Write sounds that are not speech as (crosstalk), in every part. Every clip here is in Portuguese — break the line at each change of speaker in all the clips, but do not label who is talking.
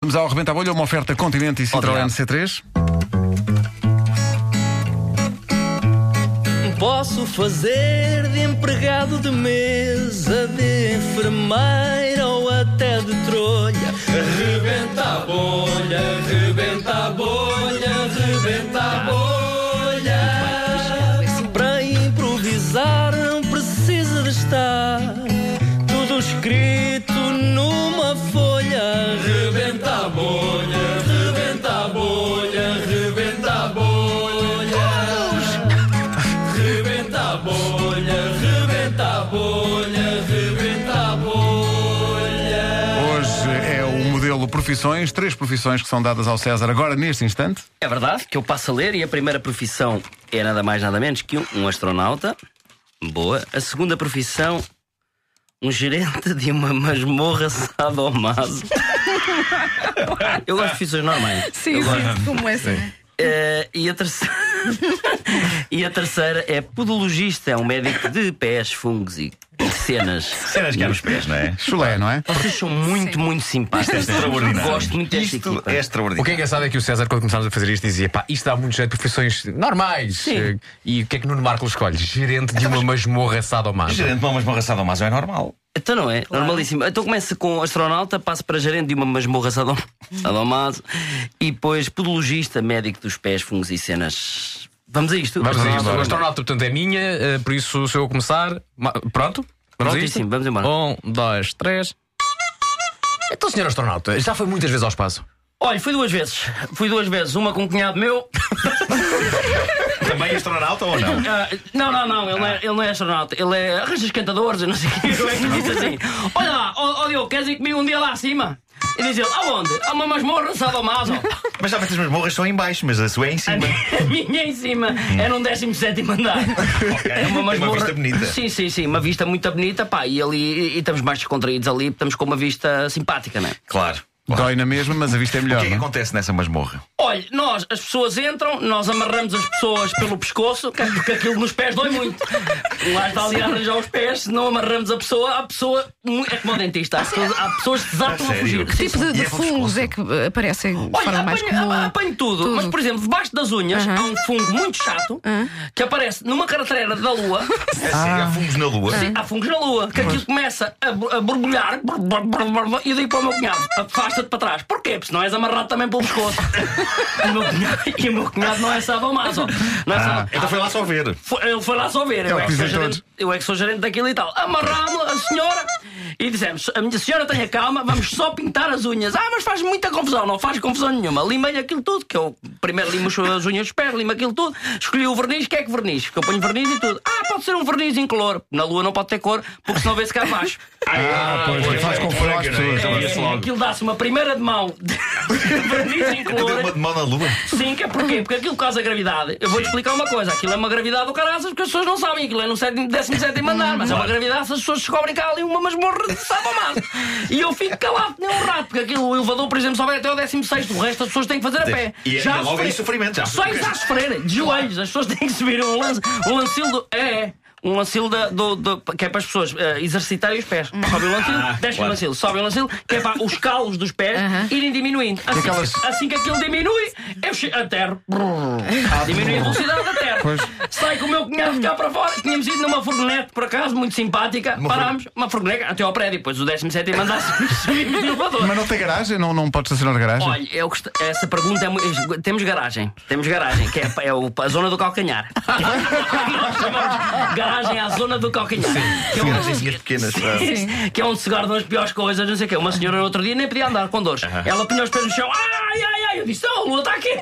Vamos ao Rebenta a Bolha, uma oferta Continente e Citroën
Obrigado.
C3.
Posso fazer de empregado de mesa, de enfermeira ou até de trolha.
Rebenta a bolha, rebenta a bolha, rebenta a bolha.
Para improvisar não precisa de estar tudo escrito numa folha.
Rebenta a bolha, rebenta a bolha, rebenta a bolha. Rebenta a bolha, rebenta a bolha, rebenta a bolha.
Hoje é o modelo profissões, três profissões que são dadas ao César agora neste instante.
É verdade que eu passo a ler e a primeira profissão é nada mais nada menos que um, um astronauta. Boa. A segunda profissão, um gerente de uma masmorra
(laughs)
sadomaso. Eu gosto de profissões normais.
Sim, sim,
é
como
assim?
essa.
Eh, e, a terceira... (laughs) e a terceira é podologista, é um médico de pés, fungos e cenas.
Cenas que há nos pés, não é?
Chulé, não é?
Vocês são muito, muito simpáticos.
Isto é extraordinário.
Gosto muito desta
Isto
equipa.
é
O que é
extraordinário.
engraçado é que o César, quando começámos a fazer isto, dizia: pá, isto dá muito jeito de profissões normais.
Sim.
E o que é que Nuno Marco escolhe? Gerente de uma masmorra
O
sadomaso.
gerente de uma masmorra sadomaso é normal.
Então não é? Normalíssimo. Então começa com astronauta, passo para gerente de uma masmorra sadom...
Hum.
sadomaso e depois podologista, médico dos pés, fungos e cenas. Vamos a isto?
Vamos a isto.
Astronauta.
O astronauta, portanto, é minha, eh, por isso, se eu começar. ma- Pronto? Vamos a isto?
Prontíssimo, vamos embora.
Um, dois, três. Então, senhor astronauta, já foi muitas vezes ao espaço.
Olha, fui duas vezes. Fui duas vezes. Uma com um cunhado meu.
Também é astronauta ou não?
Ah, não, não, não. Ele não, é, ele não é astronauta. Ele é arranjas cantadores. Eu não sei o que. Ele é que diz assim: Olha lá, ó ó Diogo, queres ir comigo um dia lá acima? E diz ele: Aonde? Há uma masmorra sadomaso.
Mas já as masmorras são em baixo, mas a sua é em
A
cima.
minha- a minha em cima é num 17 andar. É uma,
Tem uma
masmorra-
vista bonita.
Sim, sim, sim. Uma vista muito bonita, pá. E ali e, e estamos mais descontraídos ali, estamos com uma vista simpática, não é?
Claro.
Dói na mesma, mas a vista é
O
melhor.
que é que
não é?
acontece nessa masmorra?
Olha, nós, as pessoas entram, nós amarramos as pessoas pelo pescoço, que- porque aquilo nos pés dói muito. Lá está ali a arranjar os pés, se não amarramos a pessoa, a pessoa. É como o dentista, há pessoas, há pessoas que desatam a
sério?
fugir.
Que
Sim,
Tipo de, de
E é pelo
fungos é que eh, aparecem de
Olha,
forma mais
apanho,
comum.
apa- apanho tudo,
Tudo.
mas por exemplo, debaixo das unhas
Aham.
há um fungo muito chato que aparece numa carteira da
(laughs)
lua.
É sério, há fungos na lua.
Sim, há fungos na lua, que aquilo começa a, bu- a borbulhar bur- bur- bur- bur- bur- e eu digo para o meu cunhado: afasta-te para trás. Porquê? Porque senão és amarrado também pelo pescoço. (laughs) e, o meu cunhado, e o meu cunhado não é sadomaso. Não é
Ah,
sábado.
então foi lá só ver.
Foi- Ele foi lá só ver. Eu é, que sou
dizem
gerente, eu é que sou gerente daquilo e tal. Amarrámos a senhora e dissemos: A minha senhora tenha calma, vamos só pintar as unhas. Ah, mas faz muita confusão. Não faz confusão nenhuma. Limei-lhe aquilo tudo, que eu primeiro limo as unhas dos pés, limo aquilo tudo. Escolhi o verniz, que é que verniz? Porque eu ponho verniz e tudo. Ah, pode ser um verniz incolor. Na lua não pode ter cor, porque senão vê-se cá abaixo.
Ah, pois, faz confusão às pessoas.
É, aquilo dá-se uma primeira de mão de (laughs) verniz
Deu
incolor.
uma de mão na lua.
Sim, que é porquê? Porque aquilo causa gravidade. Eu vou-te explicar uma coisa: aquilo é uma gravidade do caraças, porque as pessoas não sabem. Aquilo é no 17 andar, mas é uma gravidade se as pessoas descobrem que há ali uma masmorra de sabamado. E eu fico calado, nem um rato, porque aquilo, o elevador, por exemplo, só vai até o 16, o resto as pessoas têm que fazer a pé.
E é- é
a
logo
sofrer.
aí sofrimento, já.
Só isso a sofrer, de joelhos, as pessoas têm que subir um lance, um lancil do. É, é. Um lancil da, do, do- que é para as pessoas eh, exercitarem os pés.
Hum.
Sobe o lancil,
Ah,
desce o lancil, sobe o lancil, que é para os calos dos pés irem diminuindo. Assim,
é aquelas-
assim que aquilo diminui, eu chego a terra. Diminui a velocidade da terra.
Pois.
Sai com o meu cunhado cá para fora. Tínhamos ido numa furgonete, por acaso, muito simpática. Parámos, uma furgonete até ao prédio. Depois o 17 (laughs) mandasse subimos de elevador.
Mas não tem garagem? Não, não pode estacionar garagem?
Olha, é eu gost- essa pergunta é muito. Temos garagem. Temos garagem, que é, é o- a zona do calcanhar. (laughs) Nós chamamos garagem à zona do calcanhar. Que é um-
Garagenzinhas
(laughs)
pequenas. pá.
que é onde se guardam as piores coisas, não sei o quê. Uma senhora no outro dia nem podia andar com dores. Ela punha os pés no chão, ai, ai, ai, eu disse, não, a lua está (laughs) aqui.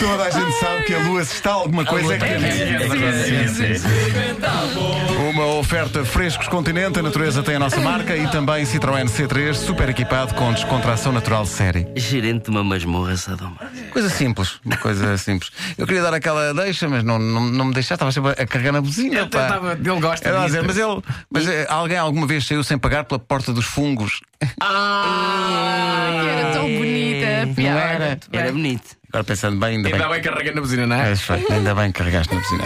Toda a gente sabe que a lua, se está alguma coisa, é quente. Uma oferta frescos continente, a natureza tem a nossa marca e também Citroën C3, super equipado com descontração natural de série.
Gerente de uma masmorra sadomar.
Coisa simples, uma coisa
(laughs)
simples. Eu queria dar aquela deixa, mas não, não, não me deixaste, estava sempre a carregar na buzina. pá.
tentava- ele gosta
Era a
disso.
dizer, mas ele, mas eh, alguém alguma vez saiu sem pagar pela porta dos fungos?
Ah, que era tão bonita. a piada.
é,
era?
Muito bem.
Era bonito.
Agora pensando bem, ainda bem.
Ainda bem carrega na buzina, não é?
É, de facto, ainda bem que carregaste na buzina.